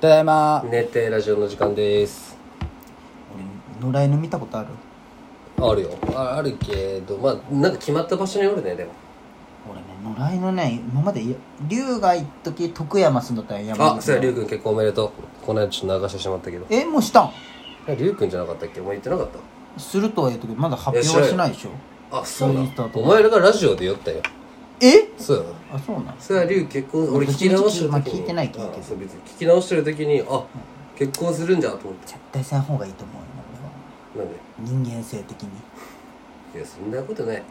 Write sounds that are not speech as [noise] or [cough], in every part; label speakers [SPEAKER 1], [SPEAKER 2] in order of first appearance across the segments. [SPEAKER 1] ただいま
[SPEAKER 2] 寝てラジオの時間です
[SPEAKER 1] 俺野良犬見たことある
[SPEAKER 2] あるよああるけどまあなんか決まった場所におるねでも
[SPEAKER 1] 俺ね野良犬ね今までい龍が一時徳山住んだったんや山
[SPEAKER 2] あ
[SPEAKER 1] 口
[SPEAKER 2] そうやりゅうくん結婚おめでとうこの間ちょっと流してしまったけど
[SPEAKER 1] えもうしたん
[SPEAKER 2] えりゅうくんじゃなかったっけお前言ってなかっ
[SPEAKER 1] するとはええとけどまだ発表はしないでしょ
[SPEAKER 2] たあそうな
[SPEAKER 1] そう言った
[SPEAKER 2] ん
[SPEAKER 1] と
[SPEAKER 2] お
[SPEAKER 1] 思
[SPEAKER 2] 前らがラジオで言ったよ
[SPEAKER 1] え
[SPEAKER 2] そうやな
[SPEAKER 1] あそうなん
[SPEAKER 2] そうやりゅう結婚俺
[SPEAKER 1] 別
[SPEAKER 2] 聞
[SPEAKER 1] に
[SPEAKER 2] き直してる時に
[SPEAKER 1] まあ聞いてないけど
[SPEAKER 2] あそう別に聞き直してる時にあ結婚するんじゃと思って
[SPEAKER 1] 絶対せん方がいいと思うよ俺は
[SPEAKER 2] なんで
[SPEAKER 1] 人間性的に
[SPEAKER 2] いやそんなことない
[SPEAKER 1] いや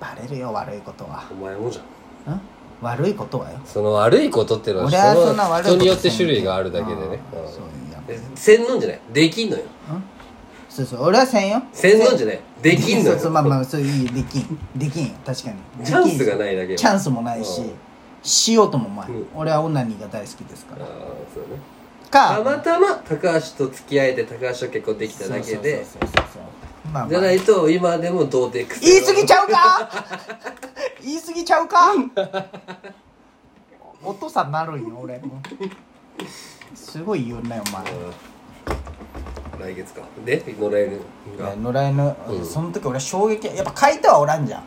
[SPEAKER 1] バレるよ悪いことは
[SPEAKER 2] お前もじゃん
[SPEAKER 1] ん悪いことはよ
[SPEAKER 2] その悪いことっていうの
[SPEAKER 1] 俺はそんな悪いこと
[SPEAKER 2] 人によって種類があるだけでね
[SPEAKER 1] あー
[SPEAKER 2] うん
[SPEAKER 1] そういや
[SPEAKER 2] えせんのんじゃないできんのよ
[SPEAKER 1] んそうそう俺はせんよ
[SPEAKER 2] せんのんじゃないできんの
[SPEAKER 1] そうそうまあ
[SPEAKER 2] よ
[SPEAKER 1] まあそういいできんできんよ確かに
[SPEAKER 2] チャン
[SPEAKER 1] で
[SPEAKER 2] ス
[SPEAKER 1] きん
[SPEAKER 2] がないだけよ
[SPEAKER 1] チャンスもないし
[SPEAKER 2] うん
[SPEAKER 1] しようともない、
[SPEAKER 2] うん
[SPEAKER 1] 俺はオナニーが大好きですか
[SPEAKER 2] あ
[SPEAKER 1] ら
[SPEAKER 2] あそうねたま
[SPEAKER 1] か
[SPEAKER 2] たま高橋と付き合えて高橋と結婚できただけで
[SPEAKER 1] そうそうそうそうそうまあ、
[SPEAKER 2] じ
[SPEAKER 1] ま
[SPEAKER 2] ゃ
[SPEAKER 1] あ、
[SPEAKER 2] な
[SPEAKER 1] 言
[SPEAKER 2] いと今でも童貞くせ
[SPEAKER 1] い過ぎちゃうか言い過ぎちゃうかお父さんなるんよ俺もすごい言うねお前
[SPEAKER 2] うん来月かで野良犬が
[SPEAKER 1] 野良犬、
[SPEAKER 2] うん
[SPEAKER 1] その時俺は衝撃やっぱ書いてはおらんじゃん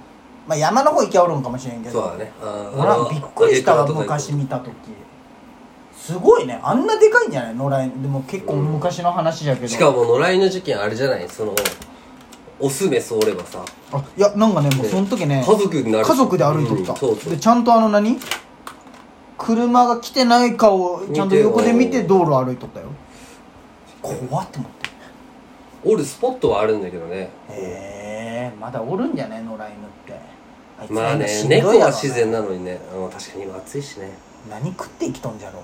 [SPEAKER 1] まあ山の方行きゃおるんかもしれんけ
[SPEAKER 2] そう
[SPEAKER 1] ど
[SPEAKER 2] だねあ
[SPEAKER 1] 俺
[SPEAKER 2] ー
[SPEAKER 1] はびっくりしたわ
[SPEAKER 2] あの
[SPEAKER 1] 昔見た時すごいねあんなでかいんじゃない野良犬でも結構昔の話じゃけど、
[SPEAKER 2] しかも野良犬事件あれじゃないそのオスメスおればさ
[SPEAKER 1] あいやなんかねもうその時ね
[SPEAKER 2] 家族になる
[SPEAKER 1] 家族で歩いてきた、
[SPEAKER 2] うんそうそう
[SPEAKER 1] でちゃんとあの何車が来てないかをちゃんと横で見て
[SPEAKER 2] 見てよ
[SPEAKER 1] 道路歩いとったよ怖って思って
[SPEAKER 2] おるスポットはあるんだけどね
[SPEAKER 1] へえまだおるんじゃない野良犬ってあいつ
[SPEAKER 2] まあね
[SPEAKER 1] しんどいやろ
[SPEAKER 2] 猫
[SPEAKER 1] うな
[SPEAKER 2] は自然なのにねうん確かに今暑いしね
[SPEAKER 1] 何食って生きとんじゃろう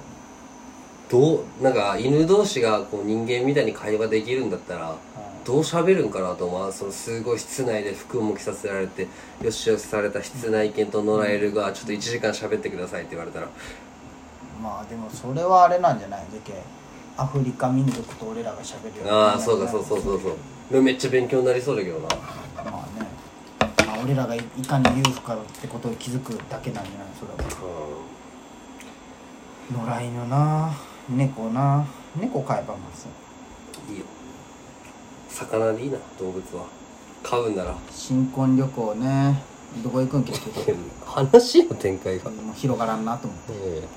[SPEAKER 2] どうなんか犬同士がこう人間みたいに会話できるんだったらどう喋るんかなと思うそのすごい室内で服も着させられてよしよしされた室内犬と野良犬がちょっと1時間喋ってくださいって言われたら
[SPEAKER 1] まあでもそれはあれなんじゃないだけアフリカ民族と俺らがしゃべるような
[SPEAKER 2] ああそうかそうそうそうそうでもめっちゃ勉強になりそうだけどな
[SPEAKER 1] まあね、まあ、俺らがいいかに裕福かってことを気づくだけなんじゃないそれは野良犬な猫な猫飼えばまず
[SPEAKER 2] いいよ魚でいいな動物は飼うなら
[SPEAKER 1] 新婚旅行ねどこ行くん結局
[SPEAKER 2] 話の展開が、
[SPEAKER 1] もう広がらんなと思って、
[SPEAKER 2] ええ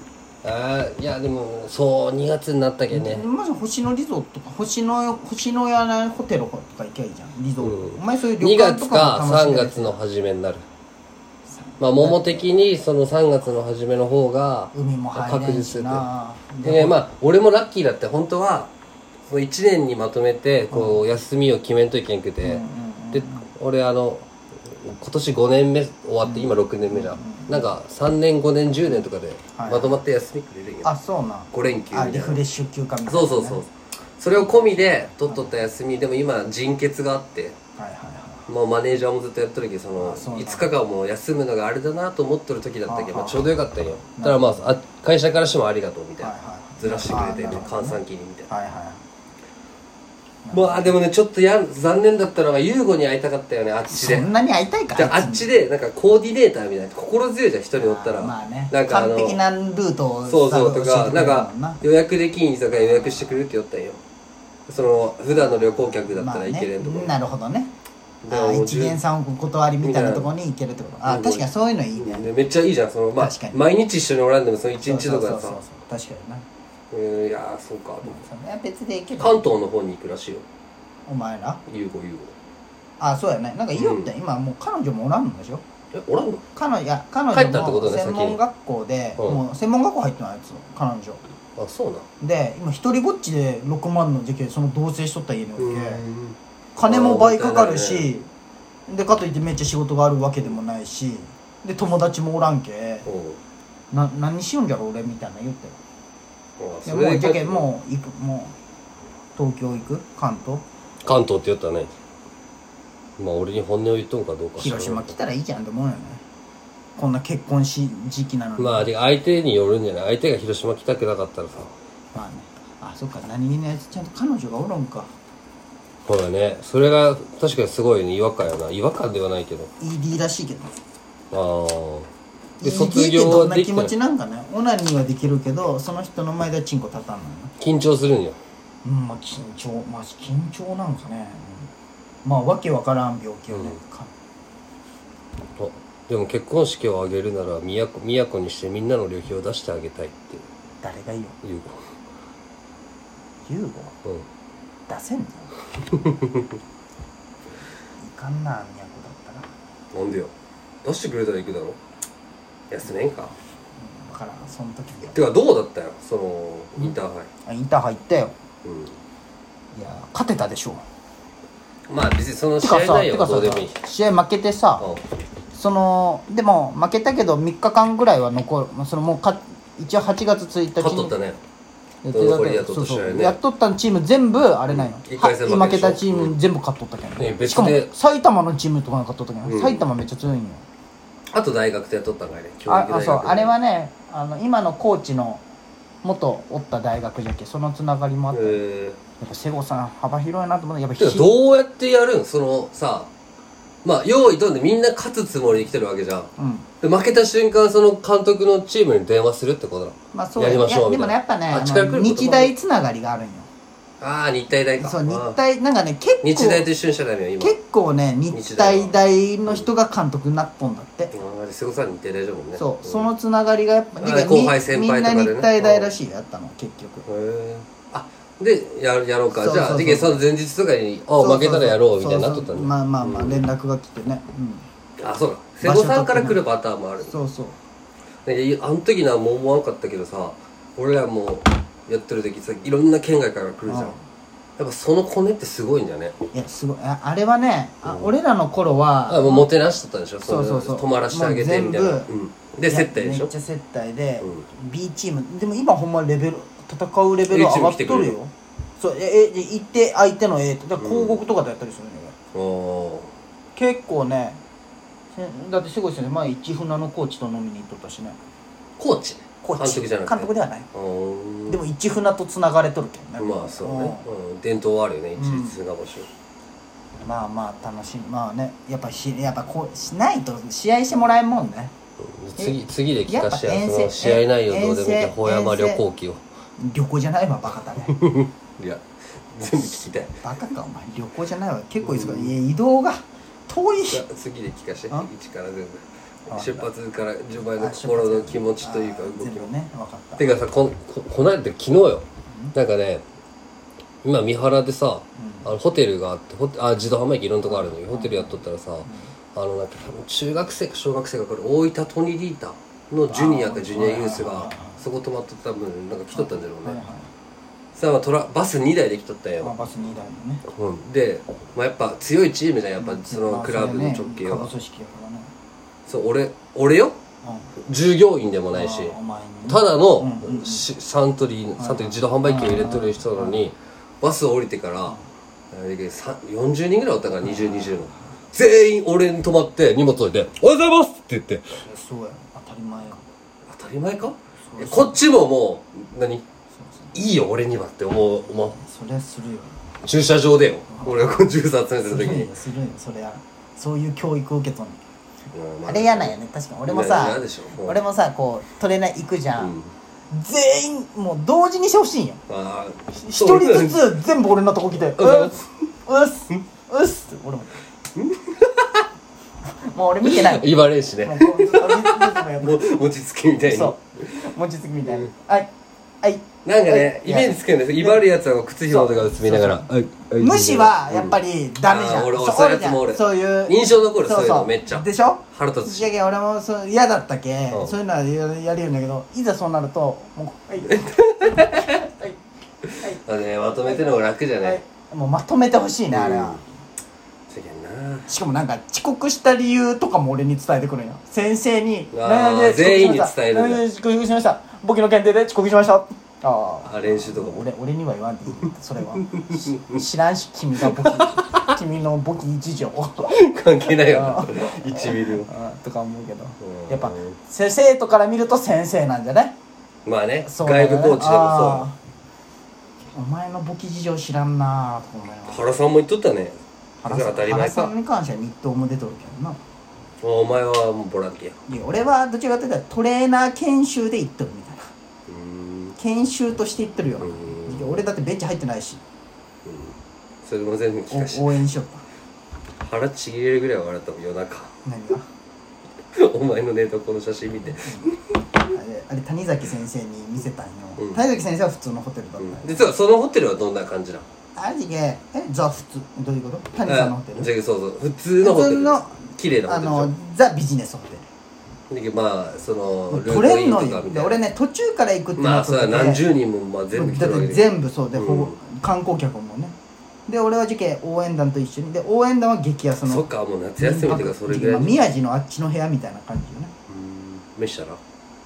[SPEAKER 2] ああいやでもそう2月になったけどね
[SPEAKER 1] まず星野リゾートとか星野星野やないホテルとか行きゃいいじゃんリゾート、
[SPEAKER 2] うん
[SPEAKER 1] お前そういう
[SPEAKER 2] 2
[SPEAKER 1] 旅館と
[SPEAKER 2] 月
[SPEAKER 1] か
[SPEAKER 2] か
[SPEAKER 1] も楽し
[SPEAKER 2] 3
[SPEAKER 1] みだ
[SPEAKER 2] 月の初めになるまあ桃的にその3月の初めの方が
[SPEAKER 1] 海も入れんしな
[SPEAKER 2] でまあ俺もラッキーだって本当はその1年にまとめてこう休みを決めんといけんくて、で俺あの今年5年目終わって今6年目じゃん、なんか3年5年10年とかで
[SPEAKER 1] はい
[SPEAKER 2] まとまって休みくれるんや、
[SPEAKER 1] あそうなん
[SPEAKER 2] 5連休みた
[SPEAKER 1] あ
[SPEAKER 2] い
[SPEAKER 1] リ
[SPEAKER 2] な
[SPEAKER 1] フレッシュ休暇みたいな、
[SPEAKER 2] そ
[SPEAKER 1] ね、
[SPEAKER 2] うそうそうそれを込みで取っとった休みでも今人欠があって
[SPEAKER 1] はいはいは
[SPEAKER 2] もうマネージャーもずっとやっとるけどその
[SPEAKER 1] あそう
[SPEAKER 2] 5
[SPEAKER 1] なんだ
[SPEAKER 2] 日間も休むのがあれだなと思っとる時だったけ
[SPEAKER 1] はあはあ
[SPEAKER 2] ど、まあ、ちょうどよかったんよただまああ会社からしてもありがとうみ
[SPEAKER 1] い
[SPEAKER 2] たいな、
[SPEAKER 1] はいはい
[SPEAKER 2] ずらしてくれ
[SPEAKER 1] あ
[SPEAKER 2] て
[SPEAKER 1] ーなる
[SPEAKER 2] ね
[SPEAKER 1] ほど
[SPEAKER 2] 閑
[SPEAKER 1] ね
[SPEAKER 2] 散期にみたいな
[SPEAKER 1] はいは
[SPEAKER 2] まあでもねちょっとや残念だったのが優吾に会いたかったよねあっ
[SPEAKER 1] い
[SPEAKER 2] ち
[SPEAKER 1] そ
[SPEAKER 2] で
[SPEAKER 1] んなに会いたいか
[SPEAKER 2] じゃああっちでなんかコーディネーターみたいな心強いじゃん一人おったら
[SPEAKER 1] あーまあね
[SPEAKER 2] なんかあの
[SPEAKER 1] 完璧なルートを
[SPEAKER 2] そうそうと
[SPEAKER 1] 教え
[SPEAKER 2] か
[SPEAKER 1] てく
[SPEAKER 2] な
[SPEAKER 1] れ
[SPEAKER 2] ん
[SPEAKER 1] るも
[SPEAKER 2] か
[SPEAKER 1] んな
[SPEAKER 2] 予約できん居酒屋予約してくれるって言ったんよその普段の旅行客だったら行けれんとこ
[SPEAKER 1] まあね、なるほどね
[SPEAKER 2] だから
[SPEAKER 1] ああ
[SPEAKER 2] もう
[SPEAKER 1] 一元さんお断りみたいなところに行けるってことああ
[SPEAKER 2] うん
[SPEAKER 1] 確かにそういうのいいね
[SPEAKER 2] でめっちゃいいじゃんその、まあ
[SPEAKER 1] 確か、に
[SPEAKER 2] 毎日一緒におらんでもその一日とか
[SPEAKER 1] そう
[SPEAKER 2] だ
[SPEAKER 1] そ
[SPEAKER 2] さ
[SPEAKER 1] うそうそう確かにな
[SPEAKER 2] うんいやーそうか
[SPEAKER 1] それは別で行ける
[SPEAKER 2] 関東の方に行くらしいよ
[SPEAKER 1] お前ら
[SPEAKER 2] 優子優
[SPEAKER 1] ああそうやねなんかいいよみたいな今もう彼女もおらんのでしょ
[SPEAKER 2] 子えおらんの
[SPEAKER 1] 彼女いや彼
[SPEAKER 2] 帰ったって
[SPEAKER 1] 女
[SPEAKER 2] こと
[SPEAKER 1] も
[SPEAKER 2] ね
[SPEAKER 1] 専
[SPEAKER 2] 先
[SPEAKER 1] 門
[SPEAKER 2] に
[SPEAKER 1] 学校で
[SPEAKER 2] うん
[SPEAKER 1] もう専門学校入ってないやつ彼女
[SPEAKER 2] あそうな
[SPEAKER 1] で今一人ぼっちで6万の時期でその同棲しとった家にお
[SPEAKER 2] う
[SPEAKER 1] るけ
[SPEAKER 2] ん
[SPEAKER 1] 金も倍かかる
[SPEAKER 2] あーもったい
[SPEAKER 1] しでかといってめっちゃ仕事があるわけでもないしで友達もおらんけ
[SPEAKER 2] うん
[SPEAKER 1] な何しよんじゃろ俺みたいな言ったよ
[SPEAKER 2] あ
[SPEAKER 1] で
[SPEAKER 2] そ
[SPEAKER 1] も
[SPEAKER 2] れ
[SPEAKER 1] うじゃ
[SPEAKER 2] で
[SPEAKER 1] けんもう行くもう東京行く関東
[SPEAKER 2] 関東って言ったねまあ俺に本音を言っとんかどうか知らん
[SPEAKER 1] 広島来たらいいじゃんって思うよねこんな結婚し時期なのに
[SPEAKER 2] まあで相手によるんじゃない相手が広島来たくなかったらさ
[SPEAKER 1] まあねあそっか何気ないやつちゃんと彼女がおるんか
[SPEAKER 2] そうだねそれが確かにすごいね違和感やな違和感ではないけど
[SPEAKER 1] ED らしいけど
[SPEAKER 2] ああで
[SPEAKER 1] で
[SPEAKER 2] 卒業はでき
[SPEAKER 1] 気
[SPEAKER 2] た
[SPEAKER 1] 持ちなんかねオナニーはできるけどその人の前ではチンコ立たんのよ
[SPEAKER 2] 緊張するんよ
[SPEAKER 1] うんまあ緊張まあ緊張なんかね、うんまあわけわからん病気をね、
[SPEAKER 2] うん
[SPEAKER 1] か
[SPEAKER 2] あでも結婚式を挙げるなら宮古宮古にしてみんなの旅費を出してあげたいって
[SPEAKER 1] 誰がいいよ
[SPEAKER 2] いう
[SPEAKER 1] 優吾
[SPEAKER 2] うん
[SPEAKER 1] 出せんのいかんな都だったら
[SPEAKER 2] なんでよ出してくれたら行くだろ休めんか
[SPEAKER 1] うんわからんその時に
[SPEAKER 2] てかどうだったよそのインターハイ
[SPEAKER 1] あインターハイ行ったよ
[SPEAKER 2] うん
[SPEAKER 1] いや勝てたでしょ
[SPEAKER 2] まあ別にその
[SPEAKER 1] て
[SPEAKER 2] 試
[SPEAKER 1] か
[SPEAKER 2] 合
[SPEAKER 1] さ
[SPEAKER 2] 内
[SPEAKER 1] て
[SPEAKER 2] 容
[SPEAKER 1] か
[SPEAKER 2] はど
[SPEAKER 1] さ
[SPEAKER 2] うでもいい
[SPEAKER 1] 試合負けてさそのでも負けたけど3日間ぐらいは残るそのもうか一応8月1日
[SPEAKER 2] 勝っと
[SPEAKER 1] に
[SPEAKER 2] ったね
[SPEAKER 1] 予定だ
[SPEAKER 2] 残りやっ
[SPEAKER 1] け
[SPEAKER 2] と
[SPEAKER 1] ど
[SPEAKER 2] っ
[SPEAKER 1] そ
[SPEAKER 2] た
[SPEAKER 1] うそ
[SPEAKER 2] 試合
[SPEAKER 1] う
[SPEAKER 2] ね
[SPEAKER 1] やっとったチーム全部あれなんよ
[SPEAKER 2] うん一回戦負けでしょ
[SPEAKER 1] は負けたチーム全部勝っとったけん
[SPEAKER 2] ね別で
[SPEAKER 1] しかも埼玉のチームとかが勝っとったけ
[SPEAKER 2] うん
[SPEAKER 1] ん埼玉めっちゃ強いんよ
[SPEAKER 2] あと大学でやっとったんかいね教
[SPEAKER 1] あ
[SPEAKER 2] 育大学
[SPEAKER 1] あそうあれはねあの今のコーチの元おった大学じゃけそのつながりもあってやっ
[SPEAKER 2] え
[SPEAKER 1] ぱ瀬郷さん幅広いなと思ってやっぱ
[SPEAKER 2] ーてか
[SPEAKER 1] ひ
[SPEAKER 2] どうやってやるんそのさまあ用意どんでみんな勝つつもりで来てるわけじゃん
[SPEAKER 1] うん
[SPEAKER 2] で負けた瞬間その監督のチームに電話するってことだ
[SPEAKER 1] まあそう
[SPEAKER 2] やりましょう
[SPEAKER 1] いやで
[SPEAKER 2] み
[SPEAKER 1] もね
[SPEAKER 2] たいな
[SPEAKER 1] やっぱね
[SPEAKER 2] あ
[SPEAKER 1] あ
[SPEAKER 2] 近く
[SPEAKER 1] の
[SPEAKER 2] に言葉
[SPEAKER 1] 日大つながりがあるんよ
[SPEAKER 2] ああ日体大か
[SPEAKER 1] そう
[SPEAKER 2] あ
[SPEAKER 1] 日
[SPEAKER 2] ー
[SPEAKER 1] 大なんかね結構
[SPEAKER 2] 日大と一緒にしたらダメよ今
[SPEAKER 1] 結構ね日
[SPEAKER 2] 日大は
[SPEAKER 1] 体大の人が監督になっとんだって、
[SPEAKER 2] あれ瀬古さん日体大だもんね
[SPEAKER 1] そう、
[SPEAKER 2] ん
[SPEAKER 1] そのつながりがやっぱ
[SPEAKER 2] あ
[SPEAKER 1] てか
[SPEAKER 2] 後輩
[SPEAKER 1] み
[SPEAKER 2] 先輩とかでね
[SPEAKER 1] みんな日体大らしいよやったの結局
[SPEAKER 2] へえあでややろうか
[SPEAKER 1] そうそうそう
[SPEAKER 2] じゃあでその前日とかに「
[SPEAKER 1] そうそ
[SPEAKER 2] あ
[SPEAKER 1] う
[SPEAKER 2] 負けたらやろう」みたいになっ
[SPEAKER 1] そ
[SPEAKER 2] と
[SPEAKER 1] う
[SPEAKER 2] っ
[SPEAKER 1] そ
[SPEAKER 2] た
[SPEAKER 1] う
[SPEAKER 2] ね
[SPEAKER 1] まあまあまあ
[SPEAKER 2] うん
[SPEAKER 1] 連絡が来てねう
[SPEAKER 2] あそうか瀬古さんから来るパターンもある
[SPEAKER 1] んそうそう
[SPEAKER 2] であの時なもう思わんかったけどさ俺らもやってる時さいろんな県外から来るじゃん
[SPEAKER 1] うん
[SPEAKER 2] やっぱそのコネってすごいんだね
[SPEAKER 1] いやすごいああれはねあ
[SPEAKER 2] うん
[SPEAKER 1] 俺らの頃は
[SPEAKER 2] あもうもてなしとったでしょの
[SPEAKER 1] そうそうそう
[SPEAKER 2] 泊まらしてあげてみたいな、
[SPEAKER 1] もう
[SPEAKER 2] うん、で
[SPEAKER 1] いや
[SPEAKER 2] 接待でし
[SPEAKER 1] め
[SPEAKER 2] ょ
[SPEAKER 1] っちゃ接待で、
[SPEAKER 2] う
[SPEAKER 1] B チームでも今ほんまレベル戦うレベル上がっ
[SPEAKER 2] A チーム来て
[SPEAKER 1] と
[SPEAKER 2] くれ
[SPEAKER 1] る
[SPEAKER 2] る
[SPEAKER 1] よそうええで行って相手の A とだから広告とかでやったりするんだよ、
[SPEAKER 2] お
[SPEAKER 1] 結構ねせだってすごいですよね前一船のコーチと飲みに行っとったしね
[SPEAKER 2] コーチ
[SPEAKER 1] コーチ
[SPEAKER 2] 監督じゃなくて
[SPEAKER 1] 監督ではない、
[SPEAKER 2] うん
[SPEAKER 1] でも一船とつながれとるけんね
[SPEAKER 2] まあそうね、うん、伝統はあるよね一
[SPEAKER 1] うん
[SPEAKER 2] 律が場所、
[SPEAKER 1] うんまあまあ楽しみまあねやっぱしやっぱこうしないと試合してもらえんもんね
[SPEAKER 2] うん次次で聞かして
[SPEAKER 1] や
[SPEAKER 2] や
[SPEAKER 1] っぱ遠征
[SPEAKER 2] その試合内容どうでもいいから
[SPEAKER 1] 遠征
[SPEAKER 2] ほやま旅行記を
[SPEAKER 1] 旅行じゃないわバカ
[SPEAKER 2] [laughs]
[SPEAKER 1] だね
[SPEAKER 2] いや全部聞きたい
[SPEAKER 1] バカかお前旅行じゃないわ結構忙
[SPEAKER 2] うん
[SPEAKER 1] しいいや移動が遠い
[SPEAKER 2] いや次で聞かして
[SPEAKER 1] あ
[SPEAKER 2] 一から全部
[SPEAKER 1] あ
[SPEAKER 2] 出発から序盤の
[SPEAKER 1] あ
[SPEAKER 2] 心の気持ちというか
[SPEAKER 1] あ
[SPEAKER 2] 動き
[SPEAKER 1] 全
[SPEAKER 2] も
[SPEAKER 1] 部ね分かった
[SPEAKER 2] て
[SPEAKER 1] か
[SPEAKER 2] かさこんここないだって昨日よ
[SPEAKER 1] うん
[SPEAKER 2] なんかね今三原でさ
[SPEAKER 1] うん
[SPEAKER 2] あのホテルがあってホテあ自動販売機いろんなとこあるのよホテルやっとったらさあのなんか多分中学生か小学生がこれ大分トニリータのジュニアかジュニアユース
[SPEAKER 1] あーあー
[SPEAKER 2] が
[SPEAKER 1] あー
[SPEAKER 2] そこ泊まっとった分なんか来とったんだろう
[SPEAKER 1] はい
[SPEAKER 2] ね
[SPEAKER 1] は
[SPEAKER 2] さあトラバス2台で来とったん
[SPEAKER 1] いまあ
[SPEAKER 2] よ、
[SPEAKER 1] バス2台のね
[SPEAKER 2] うん、で、まあ、やっぱ強いチームじゃんやっぱそのクラブの直系
[SPEAKER 1] まあ
[SPEAKER 2] は
[SPEAKER 1] それね下部組織やからね
[SPEAKER 2] そう俺俺よ従業員でも
[SPEAKER 1] うん
[SPEAKER 2] ないし
[SPEAKER 1] あーお前にね
[SPEAKER 2] ただ
[SPEAKER 1] う
[SPEAKER 2] の
[SPEAKER 1] んうんうん
[SPEAKER 2] しサントリー
[SPEAKER 1] はい
[SPEAKER 2] サントリー自動販売機を入れとる人なのにバスを降りてからあれだけどさ40人ぐらいおったから2020の全員俺に泊まって荷物置いて「おはようございます!」って言って
[SPEAKER 1] そうや当たり前よ
[SPEAKER 2] 当たり前か
[SPEAKER 1] そう
[SPEAKER 2] こっちももう何
[SPEAKER 1] そう
[SPEAKER 2] いいよ俺にはって思う
[SPEAKER 1] そ
[SPEAKER 2] 思
[SPEAKER 1] うそれはするよ
[SPEAKER 2] う駐車場でよ俺がこうジュース集めて
[SPEAKER 1] す
[SPEAKER 2] る
[SPEAKER 1] るよ
[SPEAKER 2] 時に、
[SPEAKER 1] するよそれやそういう教育を受けとんねん
[SPEAKER 2] うんま
[SPEAKER 1] あれ嫌なんやね確かに俺も
[SPEAKER 2] いや
[SPEAKER 1] さ
[SPEAKER 2] 嫌でしょ
[SPEAKER 1] 俺
[SPEAKER 2] も
[SPEAKER 1] もさこうトレーナー行くじゃ
[SPEAKER 2] うんん
[SPEAKER 1] 全員もう同時にしてほしいんよ
[SPEAKER 2] あー
[SPEAKER 1] 一人ずつ全部俺のとこ来て「うっ
[SPEAKER 2] う
[SPEAKER 1] う
[SPEAKER 2] っ
[SPEAKER 1] っすうっす」って俺も [laughs] もう俺見てないも
[SPEAKER 2] [laughs] 言われん
[SPEAKER 1] う
[SPEAKER 2] しね
[SPEAKER 1] こうずっとずっとやって
[SPEAKER 2] も餅つきみた [laughs] いに
[SPEAKER 1] そう餅つきみたいなはいはい
[SPEAKER 2] なんか
[SPEAKER 1] は
[SPEAKER 2] ね、
[SPEAKER 1] い
[SPEAKER 2] イメージつけるんですよ。威張るやつは靴ひもとかうつ見ながら。はいはい
[SPEAKER 1] 無視はやっぱりダメじゃん、
[SPEAKER 2] うんあー俺
[SPEAKER 1] そ
[SPEAKER 2] 俺そういうやつも
[SPEAKER 1] お
[SPEAKER 2] 俺
[SPEAKER 1] るじゃんそういう
[SPEAKER 2] 印象残るそういうのめっちゃ
[SPEAKER 1] でしょ
[SPEAKER 2] 腹立つ
[SPEAKER 1] いや
[SPEAKER 2] し。
[SPEAKER 1] いや俺もそう嫌だったけ、
[SPEAKER 2] うん
[SPEAKER 1] そういうのはややれるんだけどいざそうなるともうはい
[SPEAKER 2] [laughs]
[SPEAKER 1] はい
[SPEAKER 2] あのね、まとめての方が楽じゃ
[SPEAKER 1] は
[SPEAKER 2] ね
[SPEAKER 1] い。もうまとめてほしいねあれは、
[SPEAKER 2] うんそうやな。
[SPEAKER 1] しかもなんか遅刻した理由とかも俺に伝えてくるんよ先生に
[SPEAKER 2] あー
[SPEAKER 1] 何々で
[SPEAKER 2] 全員に
[SPEAKER 1] 遅刻しました
[SPEAKER 2] 伝えるんだ
[SPEAKER 1] 何々で遅刻しました僕の検定で遅刻しましたああ
[SPEAKER 2] あ、練習とかも。 [laughs]
[SPEAKER 1] 俺俺には言わんでいいそれはし知 [laughs] らんし君が簿記 [laughs] 君の簿記事情 [laughs]
[SPEAKER 2] 関係ないよな。1ミリも。
[SPEAKER 1] あとか思うけど
[SPEAKER 2] うん
[SPEAKER 1] やっぱせ生徒から見ると先生なんじゃね
[SPEAKER 2] まあね、
[SPEAKER 1] そうだ
[SPEAKER 2] 外
[SPEAKER 1] よね
[SPEAKER 2] 部コーチでも
[SPEAKER 1] あーお前の簿記事情知らんなあとか思いな
[SPEAKER 2] そ
[SPEAKER 1] がら
[SPEAKER 2] う。原さんも言っとったね。それは当たり前
[SPEAKER 1] 原さ
[SPEAKER 2] か
[SPEAKER 1] ん。に関しては日当も出とるけどな
[SPEAKER 2] お前はもうボランティア
[SPEAKER 1] いや俺はどちらかというとトレーナー研修で行っとるみたいな
[SPEAKER 2] うーん
[SPEAKER 1] 研修として行っとるよ、
[SPEAKER 2] うーん
[SPEAKER 1] いや俺だってベンチ入ってないし
[SPEAKER 2] それも全部聞かし
[SPEAKER 1] お応援しよった
[SPEAKER 2] 腹ちぎれるぐらい笑ったもん夜中 [laughs]
[SPEAKER 1] 何が
[SPEAKER 2] お前の寝床の写真見て、
[SPEAKER 1] あれあれ谷崎先生に見せたんよ、
[SPEAKER 2] うん
[SPEAKER 1] 谷崎先生は普通のホテルだった
[SPEAKER 2] うん
[SPEAKER 1] よ、
[SPEAKER 2] ん、でつうかそのホテルはどんな感じなの
[SPEAKER 1] あじげえザ普通どういうこと谷さんのホテル
[SPEAKER 2] じゃあそうそう普通のホテ
[SPEAKER 1] 普通
[SPEAKER 2] ル
[SPEAKER 1] の
[SPEAKER 2] 綺麗な
[SPEAKER 1] あ
[SPEAKER 2] ホテルでしょ
[SPEAKER 1] のザビジネスホテル
[SPEAKER 2] だけどまあそのルー
[SPEAKER 1] 取
[SPEAKER 2] トイ
[SPEAKER 1] れん
[SPEAKER 2] ン
[SPEAKER 1] の
[SPEAKER 2] とかみ
[SPEAKER 1] よ
[SPEAKER 2] た
[SPEAKER 1] で
[SPEAKER 2] いな
[SPEAKER 1] 俺ね途中から行くって
[SPEAKER 2] ま
[SPEAKER 1] な
[SPEAKER 2] あ
[SPEAKER 1] っ
[SPEAKER 2] それは
[SPEAKER 1] て
[SPEAKER 2] 何十人もまあ全部来て
[SPEAKER 1] だ
[SPEAKER 2] る
[SPEAKER 1] っ
[SPEAKER 2] わけ
[SPEAKER 1] て
[SPEAKER 2] で
[SPEAKER 1] 全部そうで、ほぼ
[SPEAKER 2] うん
[SPEAKER 1] 観光客もねで俺はじけ応援団と一緒にで応援団は激安の
[SPEAKER 2] そっかもう夏休みとかそれぐらい
[SPEAKER 1] まあ
[SPEAKER 2] で
[SPEAKER 1] 宮地のあっちの部屋みたいな感じよね
[SPEAKER 2] うん見した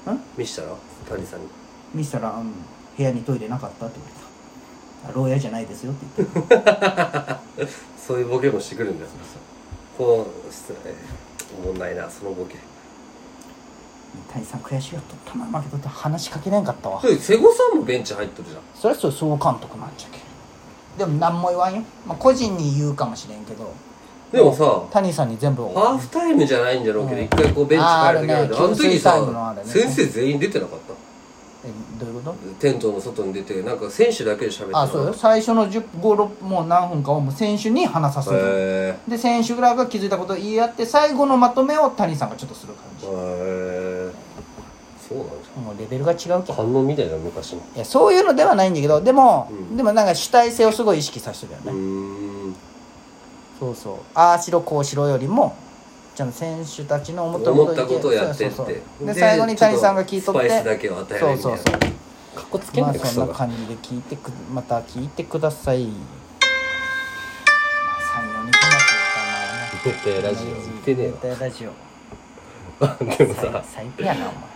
[SPEAKER 2] ら
[SPEAKER 1] ん
[SPEAKER 2] 見したら谷さんに
[SPEAKER 1] 見せたら、うん部屋にトイレなかったって言われたあ牢屋じゃないですよって言って
[SPEAKER 2] そういうボケもしてくるんだよこの失礼おもんないなそのボケ
[SPEAKER 1] 谷さん悔しいよとたま負けとった話しかけれんかったわ
[SPEAKER 2] で瀬古さんもベンチ入っとるじゃん
[SPEAKER 1] それはそう総監督なんじゃけでも何も言わんよ、まあ、個人に言うかもしれんけど
[SPEAKER 2] でもさ
[SPEAKER 1] 谷さんに全部を
[SPEAKER 2] ハーフタイムじゃないんじゃろうけど
[SPEAKER 1] うん
[SPEAKER 2] 一回こうベンチ帰る時あるじゃん
[SPEAKER 1] あーあ
[SPEAKER 2] あ
[SPEAKER 1] るね
[SPEAKER 2] の時
[SPEAKER 1] 給水タイムのあ
[SPEAKER 2] さ
[SPEAKER 1] れね
[SPEAKER 2] 先生全員出てなかった
[SPEAKER 1] えどういうこと
[SPEAKER 2] テントの外に出てなんか選手だけで喋ってな
[SPEAKER 1] あ
[SPEAKER 2] かった
[SPEAKER 1] そうよ最初の10 5 6もう何分かをもう選手に話させる、
[SPEAKER 2] へー
[SPEAKER 1] で選手ぐらいが気づいたことを言い合って最後のまとめを谷さんがちょっとする感じ、
[SPEAKER 2] へえそうなんじ
[SPEAKER 1] もうレベルが違うけ
[SPEAKER 2] ゃ
[SPEAKER 1] ん
[SPEAKER 2] ん観音みたいな昔の
[SPEAKER 1] いやそういうのではないんだけどでも、
[SPEAKER 2] うん
[SPEAKER 1] でもなんか主体性をすごい意識させてるよ
[SPEAKER 2] う
[SPEAKER 1] ね、
[SPEAKER 2] ーん
[SPEAKER 1] そうそうああしろこうしろよりもちゃんと選手たちの思ったこと
[SPEAKER 2] 思ったことをやってって
[SPEAKER 1] そうそうそうで
[SPEAKER 2] で
[SPEAKER 1] 最後に谷さんが聞いとって
[SPEAKER 2] ちょっとスパイスだけを与えるみたいな
[SPEAKER 1] そうそうそう
[SPEAKER 2] かっこつ
[SPEAKER 1] まあ
[SPEAKER 2] で
[SPEAKER 1] そんな感じで聞いてくまた聞いてくださいまあ34人かな [laughs] っていうかまあね
[SPEAKER 2] 絶対ラジオ見てねえわ
[SPEAKER 1] 絶対ラジオ
[SPEAKER 2] [laughs] でもさ
[SPEAKER 1] 最最低やなお前